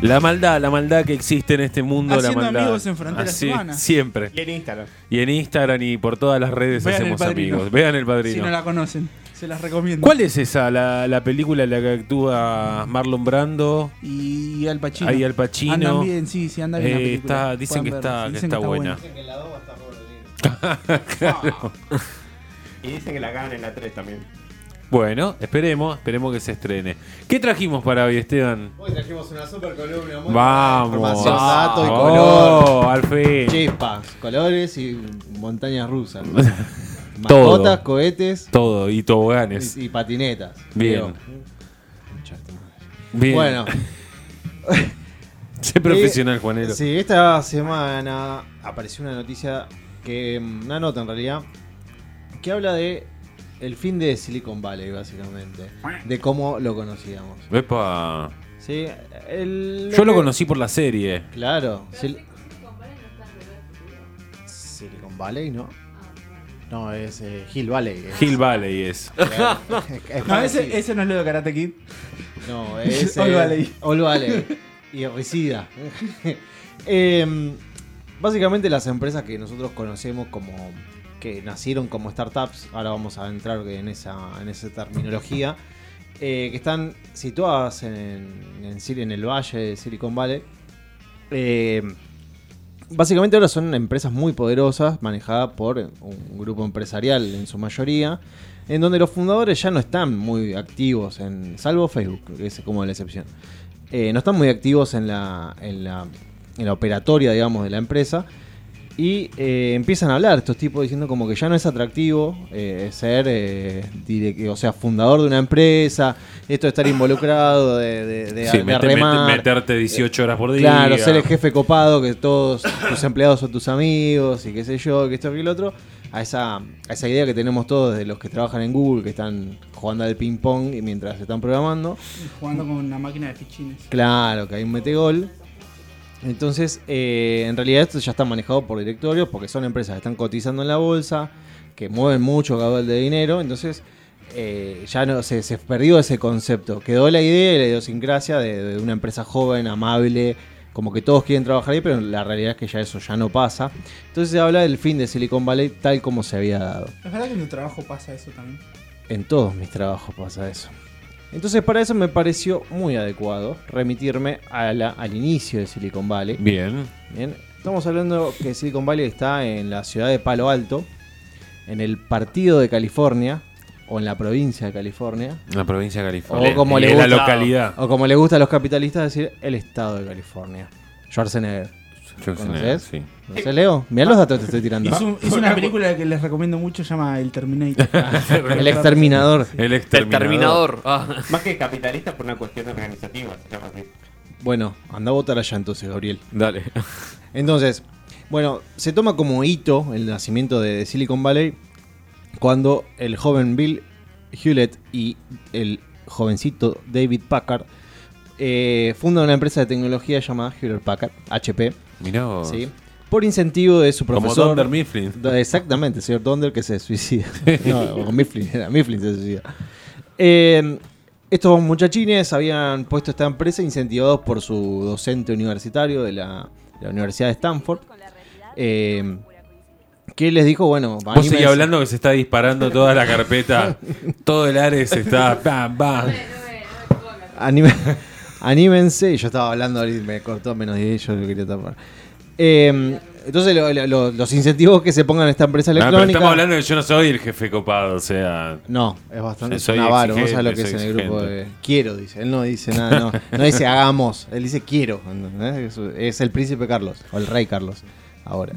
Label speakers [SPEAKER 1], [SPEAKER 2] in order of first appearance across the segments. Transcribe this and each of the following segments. [SPEAKER 1] La maldad, la maldad que existe en este mundo,
[SPEAKER 2] Haciendo
[SPEAKER 1] la maldad.
[SPEAKER 2] amigos en Fronteras
[SPEAKER 1] Así,
[SPEAKER 2] Urbanas.
[SPEAKER 1] Siempre.
[SPEAKER 3] Y en Instagram.
[SPEAKER 1] Y en Instagram y por todas las redes
[SPEAKER 2] Vean El
[SPEAKER 1] hacemos
[SPEAKER 2] Padrino.
[SPEAKER 1] amigos. Vean el padrino.
[SPEAKER 2] Si no la conocen, se las recomiendo.
[SPEAKER 1] ¿Cuál es esa, la, la película en la que actúa Marlon Brando?
[SPEAKER 2] Y Al Pacino.
[SPEAKER 1] Ahí Al Pacino.
[SPEAKER 2] Andan bien, sí, sí, anda bien. la
[SPEAKER 1] Eh,
[SPEAKER 2] película.
[SPEAKER 1] está- dicen
[SPEAKER 2] Pueden
[SPEAKER 1] que
[SPEAKER 2] verla,
[SPEAKER 1] está-
[SPEAKER 2] sí,
[SPEAKER 1] que
[SPEAKER 2] dicen
[SPEAKER 1] está buena.
[SPEAKER 4] Que la 2 va a estar Robert De Niro.
[SPEAKER 1] Claro.
[SPEAKER 3] Y dicen que la ganan en la 3 también.
[SPEAKER 1] Bueno, esperemos, esperemos que se estrene. ¿Qué trajimos para hoy, Esteban?
[SPEAKER 4] Hoy trajimos una super columna. muy
[SPEAKER 1] Vamos.
[SPEAKER 4] buena, Información, datos y color.
[SPEAKER 1] Oh, al fin.
[SPEAKER 4] Chispas, colores y montañas rusas.
[SPEAKER 1] Todo.
[SPEAKER 4] Mascotas, cohetes
[SPEAKER 1] Todo, y toboganes.
[SPEAKER 4] y, y patinetas.
[SPEAKER 1] Bien.
[SPEAKER 4] Digo,
[SPEAKER 1] Bien.
[SPEAKER 4] Bueno,
[SPEAKER 1] Sé profesional, Juanero.
[SPEAKER 4] sí, esta semana apareció una noticia que. mm, una nota en realidad. que habla de el fin de Silicon Valley, básicamente. De cómo lo conocíamos.
[SPEAKER 1] Epa.
[SPEAKER 4] Sí, el-
[SPEAKER 1] Yo lo
[SPEAKER 4] que-
[SPEAKER 1] conocí por la serie.
[SPEAKER 4] Claro.
[SPEAKER 5] Pero
[SPEAKER 4] Sil-
[SPEAKER 5] sí, Silicon Valley no está en Volver al Futuro.
[SPEAKER 4] Silicon Valley, ¿no?
[SPEAKER 5] Ah, bueno.
[SPEAKER 4] No, es eh, Hill Valley. eh.
[SPEAKER 1] Hill Valley es.
[SPEAKER 4] Claro. Es
[SPEAKER 2] No,
[SPEAKER 4] parecido.
[SPEAKER 2] ese, ese no es lo de Karate Kid.
[SPEAKER 4] No, es
[SPEAKER 2] All
[SPEAKER 4] eh,
[SPEAKER 2] Valley.
[SPEAKER 4] All Valley. Y Resida. Em, básicamente las empresas que nosotros conocemos como que nacieron como startups, ahora vamos a entrar en esa, en esa terminología, eh, que están situadas en, en Sil- en el valle de Silicon Valley. Eh, básicamente ahora son empresas muy poderosas, manejadas por un grupo empresarial en su mayoría, en donde los fundadores ya no están muy activos, en, salvo Facebook, que es como la excepción. Eh, no están muy activos en la, en, la, en la operatoria, digamos, de la empresa. Y eh, empiezan a hablar estos tipos diciendo como que ya no es atractivo eh, ser eh, direc- o sea, fundador de una empresa, esto de estar involucrado, de, de, de-
[SPEAKER 1] Sí,
[SPEAKER 4] de
[SPEAKER 1] mete- mete-
[SPEAKER 4] remar.
[SPEAKER 1] meterte 18 horas por día.
[SPEAKER 4] Claro, ser el jefe copado, que todos tus empleados son tus amigos y qué sé yo, que esto y lo otro. A esa, a esa idea que tenemos todos de los que trabajan en Google, que están jugando al ping-pong y mientras están programando.
[SPEAKER 2] Jugando con una máquina de fichines.
[SPEAKER 4] Claro, que hay un metegol. Entonces, eh, en realidad esto ya está manejado por directorios porque son empresas que están cotizando en la bolsa, que mueven mucho caudal de dinero. Entonces, eh, ya no se, se perdió ese concepto. Quedó la idea y la idiosincrasia de, de una empresa joven, amable, como que todos quieren trabajar ahí, pero la realidad es que ya eso ya no pasa. Entonces se habla del fin de Silicon Valley tal como se había dado.
[SPEAKER 2] Es verdad que en tu trabajo pasa eso también.
[SPEAKER 4] En todos mis trabajos pasa eso. Entonces para eso me pareció muy adecuado remitirme a la- al inicio de Silicon Valley.
[SPEAKER 1] Bien.
[SPEAKER 4] Bien, estamos hablando que Silicon Valley está en la ciudad de Palo Alto, en el partido de California, o en la provincia de California,
[SPEAKER 1] La provincia de California.
[SPEAKER 4] o como,
[SPEAKER 1] Y
[SPEAKER 4] le
[SPEAKER 1] es la
[SPEAKER 4] gusta,
[SPEAKER 1] localidad.
[SPEAKER 4] o como le gusta a los capitalistas decir, el estado de California. Schwarzenegger. ¿Conoces?
[SPEAKER 1] Sí.
[SPEAKER 4] ¿Conoces, Leo? Mirá los datos que te estoy tirando.
[SPEAKER 2] Hizo un- hizo una película que les recomiendo mucho, se llama El Terminator.
[SPEAKER 4] El exterminador.
[SPEAKER 1] El
[SPEAKER 6] El
[SPEAKER 1] exterminador.
[SPEAKER 6] Terminador. Ah.
[SPEAKER 3] Más que capitalista por una cuestión organizativa, se llama así.
[SPEAKER 4] Bueno, anda a votar allá entonces, Gabriel.
[SPEAKER 1] Dale.
[SPEAKER 4] Entonces, bueno, se toma como hito el nacimiento de Silicon Valley cuando el joven Bill Hewlett y el jovencito David Packard eh, fundan una empresa de tecnología llamada Hewlett Packard, HP,
[SPEAKER 1] Mirá vos.
[SPEAKER 4] ¿sí? por incentivo de su
[SPEAKER 1] Oh. Como
[SPEAKER 4] profesor.
[SPEAKER 1] Thunder Mifflin.
[SPEAKER 4] Do- Exactamente, señor Donder que se suicida. No, o Mifflin, era Mifflin se suicida. Eh, estos muchachines habían puesto esta empresa incentivados por su docente universitario de la, la Universidad de Stanford,
[SPEAKER 5] Con la realidad,
[SPEAKER 4] eh, que les dijo, bueno,
[SPEAKER 1] Vos seguís
[SPEAKER 4] anímense.
[SPEAKER 1] hablando que se está disparando toda la carpeta. todo el Ares está. Pam, pam.
[SPEAKER 5] no me- no me puedo hablar.
[SPEAKER 4] Anime- anímense. Y yo estaba hablando y me cortó menos 10, yo lo quería tapar. Eh, entonces lo- lo- lo- los incentivos que se pongan en esta empresa
[SPEAKER 1] No, pero
[SPEAKER 4] electrónica...
[SPEAKER 1] estamos hablando que yo no soy el jefe copado, o sea.
[SPEAKER 4] No, es bastante
[SPEAKER 1] Soy
[SPEAKER 4] avaro. Vos
[SPEAKER 1] exigente,
[SPEAKER 4] sabés lo que es
[SPEAKER 1] soy
[SPEAKER 4] en el grupo de.
[SPEAKER 1] exigente.
[SPEAKER 4] Quiero, dice. Él no dice nada, no. No dice hagamos. Él dice quiero. ¿entendés? Es- Es el príncipe Carlos. O el rey Carlos. Ahora.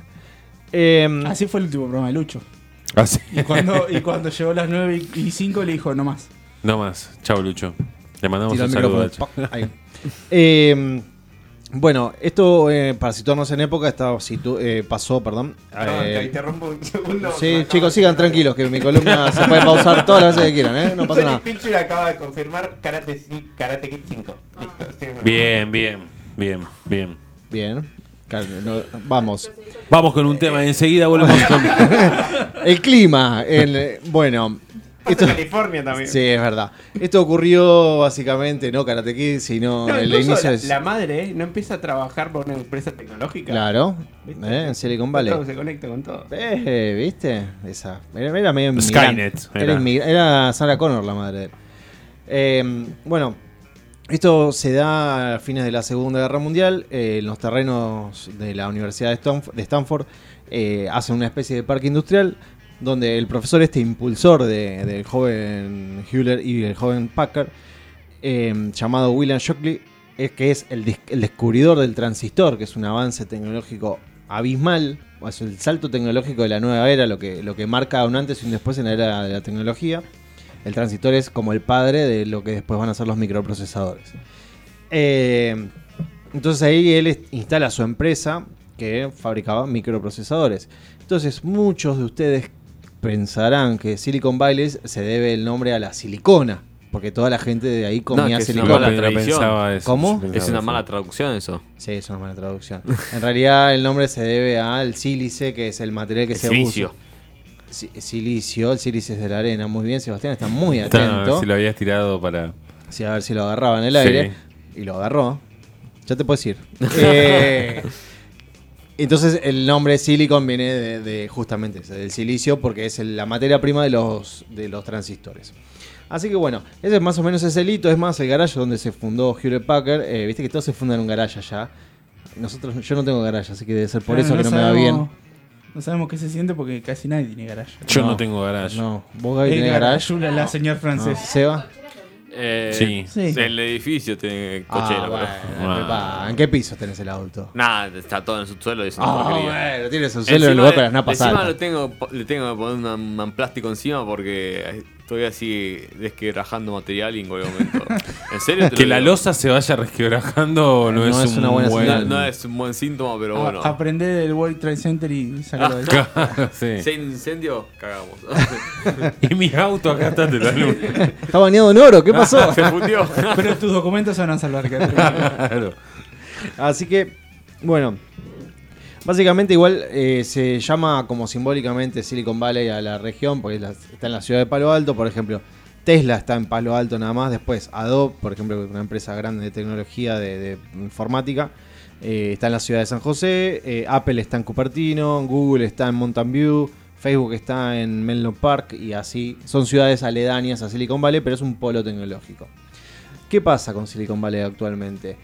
[SPEAKER 4] Em,
[SPEAKER 1] Ah,
[SPEAKER 2] Así fue el último programa de Lucho.
[SPEAKER 1] Así.
[SPEAKER 2] Y cuando, y cuando llegó las 9 y 5 le dijo, no más.
[SPEAKER 1] No más. Chao, Lucho. Le mandamos
[SPEAKER 4] Tiró
[SPEAKER 1] un
[SPEAKER 4] el
[SPEAKER 1] saludo.
[SPEAKER 4] micrófono. Pac, ahí. Em, bueno, esto eh, para situarnos en época estaba situ- eh, pasó, perdón.
[SPEAKER 3] Perdón,
[SPEAKER 4] eh,
[SPEAKER 3] te interrumpo un segundo.
[SPEAKER 4] sí, chicos, sigan tranquilos que mi columna se puede pausar todas las veces que quieran, ¿eh? No pasa nada.
[SPEAKER 3] Picture acaba de confirmar Karate, Ci- Karate Kid 5. Listo, sí, no.
[SPEAKER 1] Bien, bien, bien, bien.
[SPEAKER 4] Bien. Claro, no- vamos. eh,
[SPEAKER 1] Vamos con un tema. Enseguida volvemos con.
[SPEAKER 4] El clima. el- eh, bueno, Esto-
[SPEAKER 3] en California también.
[SPEAKER 4] Sí, es verdad. Esto ocurrió básicamente, no Karate Kid, sino
[SPEAKER 3] No,
[SPEAKER 4] el
[SPEAKER 3] incluso
[SPEAKER 4] inicio
[SPEAKER 3] la,
[SPEAKER 4] es-
[SPEAKER 3] la madre ¿eh? no empieza a trabajar por una empresa tecnológica.
[SPEAKER 4] Claro,
[SPEAKER 3] ¿Viste?
[SPEAKER 4] ¿eh? en
[SPEAKER 3] Todo
[SPEAKER 4] Silicon Valley.
[SPEAKER 3] se conecta con todo.
[SPEAKER 4] Eh, ¿viste? Esa. Era, era medio
[SPEAKER 1] Skynet,
[SPEAKER 4] inmigrante. Era,
[SPEAKER 1] era.
[SPEAKER 4] inmigra- era Sarah Connor la madre de él. Eh, bueno, esto se da a fines de la Segunda Guerra Mundial. eh, en los terrenos de la Universidad de Stanf- de Stanford eh, hacen una especie de parque industrial donde el profesor, este impulsor de- del joven Hewlett y el joven Packard, eh, llamado William Shockley, es que es el, dis- el descubridor del transistor, que es un avance tecnológico abismal, o es el salto tecnológico de la nueva era, lo que, lo que marca un antes y un después en la era de la tecnología. El transistor es como el padre de lo que después van a ser los microprocesadores. Eh, entonces ahí él est- instala su empresa que fabricaba microprocesadores. Entonces muchos de ustedes pensarán que Silicon Valley se debe el nombre a la silicona, porque toda la gente de ahí comía
[SPEAKER 6] No, que es una
[SPEAKER 1] No,
[SPEAKER 4] silicona.
[SPEAKER 6] mala
[SPEAKER 1] pero
[SPEAKER 6] tradición.
[SPEAKER 1] pensaba eso.
[SPEAKER 4] ¿Cómo?
[SPEAKER 1] Yo pensaba
[SPEAKER 6] Es una
[SPEAKER 1] eso.
[SPEAKER 6] mala traducción eso.
[SPEAKER 4] Sí, es una mala traducción. En realidad el nombre se debe al sílice, que es el material que
[SPEAKER 6] El
[SPEAKER 4] se
[SPEAKER 6] silicio.
[SPEAKER 4] usa. Si- Silicio, el sílice es de la arena. Muy bien, Sebastián está muy
[SPEAKER 1] Está, no,
[SPEAKER 4] atento.
[SPEAKER 1] Si lo habías tirado para.
[SPEAKER 4] Sí, a ver si lo agarraba en el
[SPEAKER 1] Sí.
[SPEAKER 4] aire. Y lo agarró. Ya te puedes ir. Eh, entonces el nombre silicon viene de, de justamente ese, del silicio porque es el- la materia prima de los, de los transistores. Así que bueno, ese es más o menos es el hito. Es más, el garaje donde se fundó Hewlett Packard. eh, Viste que todo se funda en un garaje allá. Nosotros, yo no tengo garaje, así que debe ser por
[SPEAKER 2] Claro,
[SPEAKER 4] eso que no me va bien.
[SPEAKER 2] No sabemos qué se siente porque casi nadie tiene garage.
[SPEAKER 1] Yo no,
[SPEAKER 4] No.
[SPEAKER 1] tengo garage.
[SPEAKER 4] No, vos Gaby
[SPEAKER 2] El
[SPEAKER 4] tenés
[SPEAKER 2] garage,
[SPEAKER 4] garaje.
[SPEAKER 2] la, la señor
[SPEAKER 4] No.
[SPEAKER 2] francés.
[SPEAKER 4] Seba.
[SPEAKER 6] Eh,
[SPEAKER 1] Sí.
[SPEAKER 2] Sí.
[SPEAKER 6] El edificio tiene
[SPEAKER 4] Ah,
[SPEAKER 6] cochera,
[SPEAKER 4] bueno,
[SPEAKER 1] Ah.
[SPEAKER 4] prepa, ¿En qué piso tenés el auto?
[SPEAKER 6] Nada, está todo en su suelo y es una
[SPEAKER 4] Ah,
[SPEAKER 6] porquería.
[SPEAKER 4] bueno, tiene su
[SPEAKER 6] Encima
[SPEAKER 4] suelo en el lugar
[SPEAKER 6] le-
[SPEAKER 4] para las napas
[SPEAKER 6] Encima
[SPEAKER 4] altas.
[SPEAKER 6] lo tengo, po- le tengo que poner una- un man plástico encima porque estoy así desquebrajando material y en cualquier momento. En serio, te lo
[SPEAKER 1] Que la
[SPEAKER 6] digo.
[SPEAKER 1] losa se vaya resquebrajando no,
[SPEAKER 4] No
[SPEAKER 1] es,
[SPEAKER 4] es
[SPEAKER 1] un
[SPEAKER 4] una buena
[SPEAKER 1] buen-
[SPEAKER 6] No, no es un buen síntoma, pero
[SPEAKER 2] A-
[SPEAKER 6] bueno.
[SPEAKER 2] Aprende del World Trade Center y sacalo de ahí.
[SPEAKER 1] Ah, Sí.
[SPEAKER 6] Si hay un incendio, cagamos.
[SPEAKER 1] Y mi auto acá está de la luz.
[SPEAKER 4] Está bañado en oro, ¿qué pasó?
[SPEAKER 6] Se fundió.
[SPEAKER 2] Pero tus documentos se van a salvar. quédate.
[SPEAKER 1] Claro.
[SPEAKER 4] Así que, bueno. Básicamente igual eh, se llama como simbólicamente Silicon Valley a la región, porque es la- está en la ciudad de Palo Alto, por ejemplo. Tesla está en Palo Alto nada más, después Adobe, por ejemplo, una empresa grande de tecnología de, de informática, eh, está en la ciudad de San José, eh, Apple está en Cupertino, Google está en Mountain View, Facebook está en Menlo Park y así. Son ciudades aledañas a Silicon Valley, pero es un polo tecnológico. ¿Qué pasa con Silicon Valley actualmente?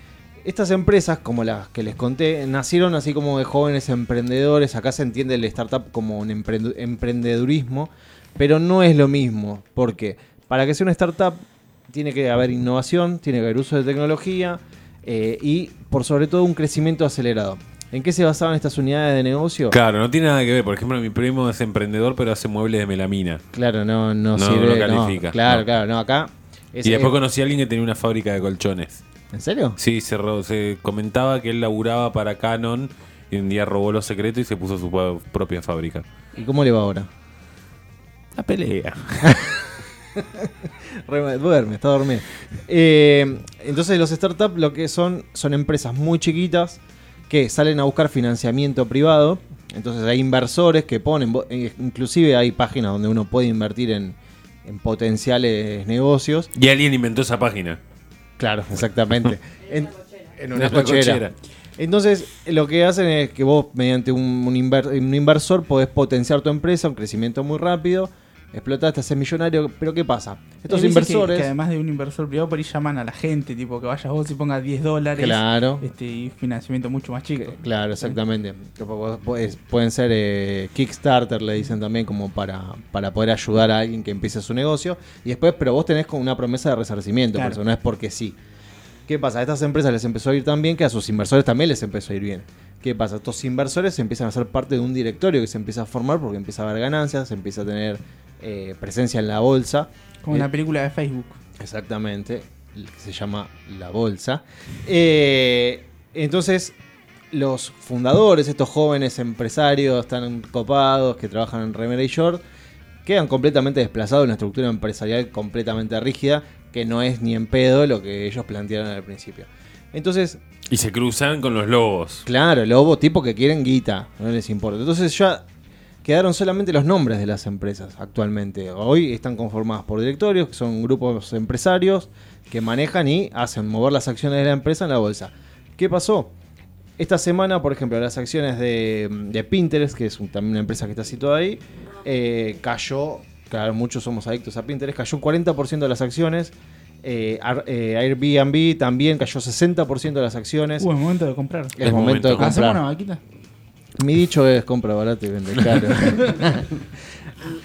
[SPEAKER 4] Estas empresas, como las que les conté, nacieron así como de jóvenes emprendedores. Acá se entiende el startup como un emprendu- emprendedurismo, pero no es lo mismo, porque para que sea una startup tiene que haber innovación, tiene que haber uso de tecnología eh, y, por sobre todo, un crecimiento acelerado. ¿En qué se basaban estas unidades de negocio?
[SPEAKER 1] Claro, no tiene nada que ver. Por ejemplo, mi primo es emprendedor, pero hace muebles de melamina.
[SPEAKER 4] Claro, no, no,
[SPEAKER 1] No,
[SPEAKER 4] sirve.
[SPEAKER 1] no
[SPEAKER 4] no.
[SPEAKER 1] califica,
[SPEAKER 4] claro,
[SPEAKER 1] no.
[SPEAKER 4] claro, no, acá. es-
[SPEAKER 1] y después
[SPEAKER 4] eh,
[SPEAKER 1] conocí a alguien que tenía una fábrica de colchones.
[SPEAKER 4] ¿En serio?
[SPEAKER 1] Sí, se, ro- se comentaba que él laburaba para Canon y un día robó los secretos y se puso su pa- propia fábrica.
[SPEAKER 4] ¿Y cómo le va ahora?
[SPEAKER 1] La pelea.
[SPEAKER 4] Re- Duerme, está dormido. Eh, entonces los startups lo que son son empresas muy chiquitas que salen a buscar financiamiento privado. Entonces hay inversores que ponen, vo- eh, inclusive hay páginas donde uno puede invertir en, en potenciales negocios.
[SPEAKER 1] Y alguien inventó esa página.
[SPEAKER 4] Claro, exactamente. en, en una
[SPEAKER 1] En una
[SPEAKER 4] cochera.
[SPEAKER 1] cochera.
[SPEAKER 4] Entonces, lo que hacen es que vos, mediante un, un inver- un inversor, podés potenciar tu empresa, un crecimiento muy rápido, explotás, te haces millonario. Pero ¿qué pasa?
[SPEAKER 2] Él dice
[SPEAKER 4] Estos
[SPEAKER 2] que-
[SPEAKER 4] inversores.
[SPEAKER 2] Que, además de un inversor privado, por ahí llaman a la gente, tipo que vayas vos y pongas 10 dólares.
[SPEAKER 4] Claro.
[SPEAKER 2] Este, y financiamiento mucho más chico.
[SPEAKER 4] Claro, exactamente. Que po- po- es- Pueden ser eh, Kickstarter, le dicen también, como para, para poder ayudar a alguien que empiece su negocio. Y después, pero vos tenés como una promesa de resarcimiento,
[SPEAKER 2] Claro.
[SPEAKER 4] por eso no es porque sí. ¿Qué pasa? A estas empresas les empezó a ir tan bien que a sus inversores también les empezó a ir bien. ¿Qué pasa? Estos inversores empiezan a ser parte de un directorio que se empieza a formar porque empieza a haber ganancias, empieza a tener eh, presencia en la bolsa.
[SPEAKER 2] Como
[SPEAKER 4] Eh,
[SPEAKER 2] una película de Facebook.
[SPEAKER 4] Exactamente, el que se llama La Bolsa. Eh, entonces, los fundadores, estos jóvenes empresarios tan copados que trabajan en Remera y Short, quedan completamente desplazados de una estructura empresarial completamente rígida, que no es ni en pedo lo que ellos plantearon al principio. Entonces,
[SPEAKER 1] Y se cruzan con los lobos.
[SPEAKER 4] Claro, lobo, tipo que quieren guita, no les importa. Entonces ya, quedaron solamente los nombres de las empresas actualmente. Hoy están conformadas por directorios, que son grupos empresarios que manejan y hacen mover las acciones de la empresa en la bolsa. ¿Qué pasó? Esta semana, por ejemplo, las acciones de, de Pinterest, que es un- también una empresa que está situada ahí, eh, cayó, claro, muchos somos adictos a Pinterest, cayó un 40% de las acciones. Eh, Ar- eh, Airbnb también cayó 60% de las acciones.
[SPEAKER 2] Uh, es momento de comprar.
[SPEAKER 4] es momento de
[SPEAKER 1] momento.
[SPEAKER 2] ¿Hacemos
[SPEAKER 4] comprar.
[SPEAKER 2] una vaquita?
[SPEAKER 4] Mi dicho es compra barato y vende caro.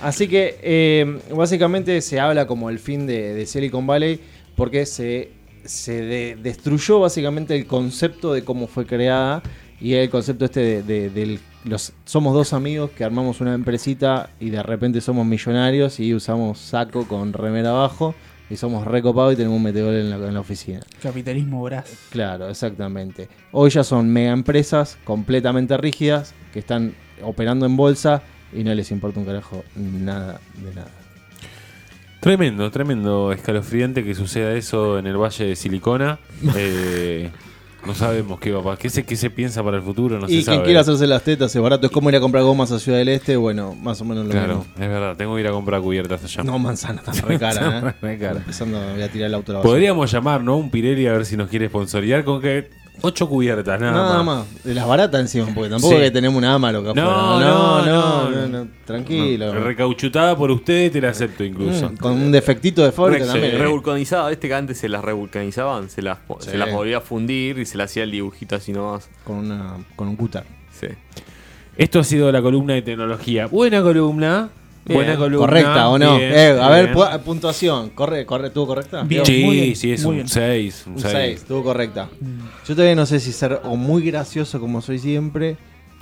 [SPEAKER 4] Así que eh, básicamente se habla como el fin de, de Silicon Valley porque se, se de- destruyó básicamente el concepto de cómo fue creada y el concepto este de, de- del- los, somos dos amigos que armamos una empresita y de repente somos millonarios y usamos saco con remera abajo y somos recopados y tenemos un meteor en la- en la oficina.
[SPEAKER 2] Capitalismo voraz.
[SPEAKER 4] Claro, exactamente. Hoy ya son mega empresas completamente rígidas que están operando en bolsa y no les importa un carajo nada de nada.
[SPEAKER 1] Tremendo, tremendo escalofriante que suceda eso en el Valle de Silicona. Eh, no sabemos qué va a pasar. ¿Qué se, qué se piensa para el futuro? No
[SPEAKER 4] y
[SPEAKER 1] se
[SPEAKER 4] quien
[SPEAKER 1] sabe.
[SPEAKER 4] quiera hacerse las tetas es barato, es como ir a comprar gomas a Ciudad del Este, bueno, más o menos lo
[SPEAKER 1] Claro,
[SPEAKER 4] mismo.
[SPEAKER 1] es verdad. Tengo que ir a comprar cubiertas allá.
[SPEAKER 4] No, manzana, está re cara, ¿eh?
[SPEAKER 1] Re cara.
[SPEAKER 4] Empezando voy a tirar el auto a la basura.
[SPEAKER 1] Podríamos llamar, ¿no? Un Pirelli a ver si nos quiere sponsorear con que ocho cubiertas, nada,
[SPEAKER 4] Nada
[SPEAKER 1] más.
[SPEAKER 4] más. de las baratas encima, porque tampoco
[SPEAKER 1] Sí.
[SPEAKER 4] es que tenemos una Amaro acá
[SPEAKER 1] No,
[SPEAKER 4] afuera.
[SPEAKER 1] no, no,
[SPEAKER 4] no, tranquilo.
[SPEAKER 1] Recauchutada por ustedes, te la acepto incluso.
[SPEAKER 4] Mm, con un defectito de fábrica
[SPEAKER 1] Rex,
[SPEAKER 4] también.
[SPEAKER 1] eh,
[SPEAKER 4] ¿eh?
[SPEAKER 6] Revulcanizada, este que antes se las revulcanizaban, se las, po- se
[SPEAKER 4] Sí.
[SPEAKER 6] las podía fundir y se le hacía el dibujito así nomás.
[SPEAKER 4] Con, una, con un cúter.
[SPEAKER 6] Sí.
[SPEAKER 1] Esto ha sido la columna de tecnología. Buena columna.
[SPEAKER 6] Bien.
[SPEAKER 1] Buena columna.
[SPEAKER 4] ¿Correcta o no?
[SPEAKER 1] Bien,
[SPEAKER 4] Eh, a ver,
[SPEAKER 1] bien.
[SPEAKER 4] pu- puntuación. Corre, corre, ¿Estuvo correcta?
[SPEAKER 2] Bien.
[SPEAKER 1] Sí,
[SPEAKER 2] Muy bien,
[SPEAKER 1] sí, es
[SPEAKER 2] muy
[SPEAKER 1] un
[SPEAKER 2] bien.
[SPEAKER 1] 6. Un
[SPEAKER 4] Un
[SPEAKER 1] 6.
[SPEAKER 4] 6, estuvo correcta. Yo todavía no sé si ser o muy gracioso como soy siempre,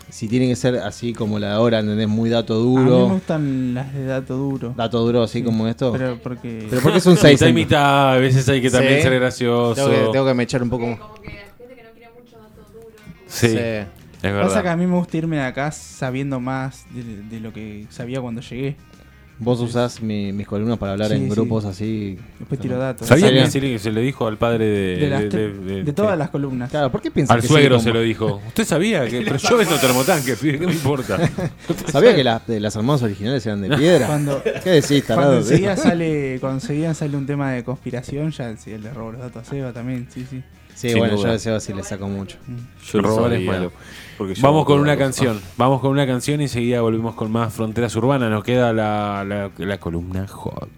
[SPEAKER 4] si tiene que ser así como la de ahora, ¿entendés? Muy dato
[SPEAKER 2] A mí me
[SPEAKER 4] duro.
[SPEAKER 2] gustan las de dato duro.
[SPEAKER 4] Dato duro así como esto. Pero,
[SPEAKER 2] Pero porque.
[SPEAKER 4] ¿por qué es un 6?
[SPEAKER 1] Mitad y mitad, a veces hay que también
[SPEAKER 4] Sí.
[SPEAKER 1] ser gracioso.
[SPEAKER 4] Tengo que, tengo que me echar un poco
[SPEAKER 5] Porque
[SPEAKER 4] más.
[SPEAKER 5] como que la gente que no quiere mucho dato duro. como-
[SPEAKER 1] Sí,
[SPEAKER 4] Sí.
[SPEAKER 1] es
[SPEAKER 2] Pasa que a
[SPEAKER 1] verdad.
[SPEAKER 2] mí me gusta irme de acá sabiendo más de, de lo que sabía cuando llegué.
[SPEAKER 4] Vos usás mi- mis columnas para hablar
[SPEAKER 2] Sí,
[SPEAKER 4] en
[SPEAKER 2] sí.
[SPEAKER 4] grupos así.
[SPEAKER 2] Después tiro datos.
[SPEAKER 1] ¿Sabías que
[SPEAKER 4] Sabía.
[SPEAKER 1] Siri se le dijo al padre de,
[SPEAKER 2] De, las
[SPEAKER 1] de-
[SPEAKER 2] tre-
[SPEAKER 1] de- de-
[SPEAKER 2] de todas
[SPEAKER 1] de-
[SPEAKER 2] las columnas.
[SPEAKER 4] Claro, ¿por qué pensás
[SPEAKER 1] Al
[SPEAKER 4] que
[SPEAKER 1] suegro
[SPEAKER 4] sí,
[SPEAKER 1] se
[SPEAKER 4] como-
[SPEAKER 1] lo dijo. Usted sabía que. Pero yo vendo termotanque, pibe, ¿qué me importa?
[SPEAKER 4] Sabía que las, de las armadas originales eran de piedra.
[SPEAKER 2] Cuando-
[SPEAKER 4] ¿Qué decís,
[SPEAKER 2] Cuando
[SPEAKER 4] tarado?
[SPEAKER 2] enseguida sale, cuando enseguida sale un tema de conspiración, ya enseguida le robo los datos a Seba también, sí, sí.
[SPEAKER 4] Sí,
[SPEAKER 1] Sin
[SPEAKER 4] bueno,
[SPEAKER 1] duda.
[SPEAKER 4] yo a Seba sí le saco mucho.
[SPEAKER 1] El robar es malo. Vamos con una canción. Vamos con una canción y enseguida volvemos con más Fronteras Urbanas. Nos queda la, la, la columna Hot.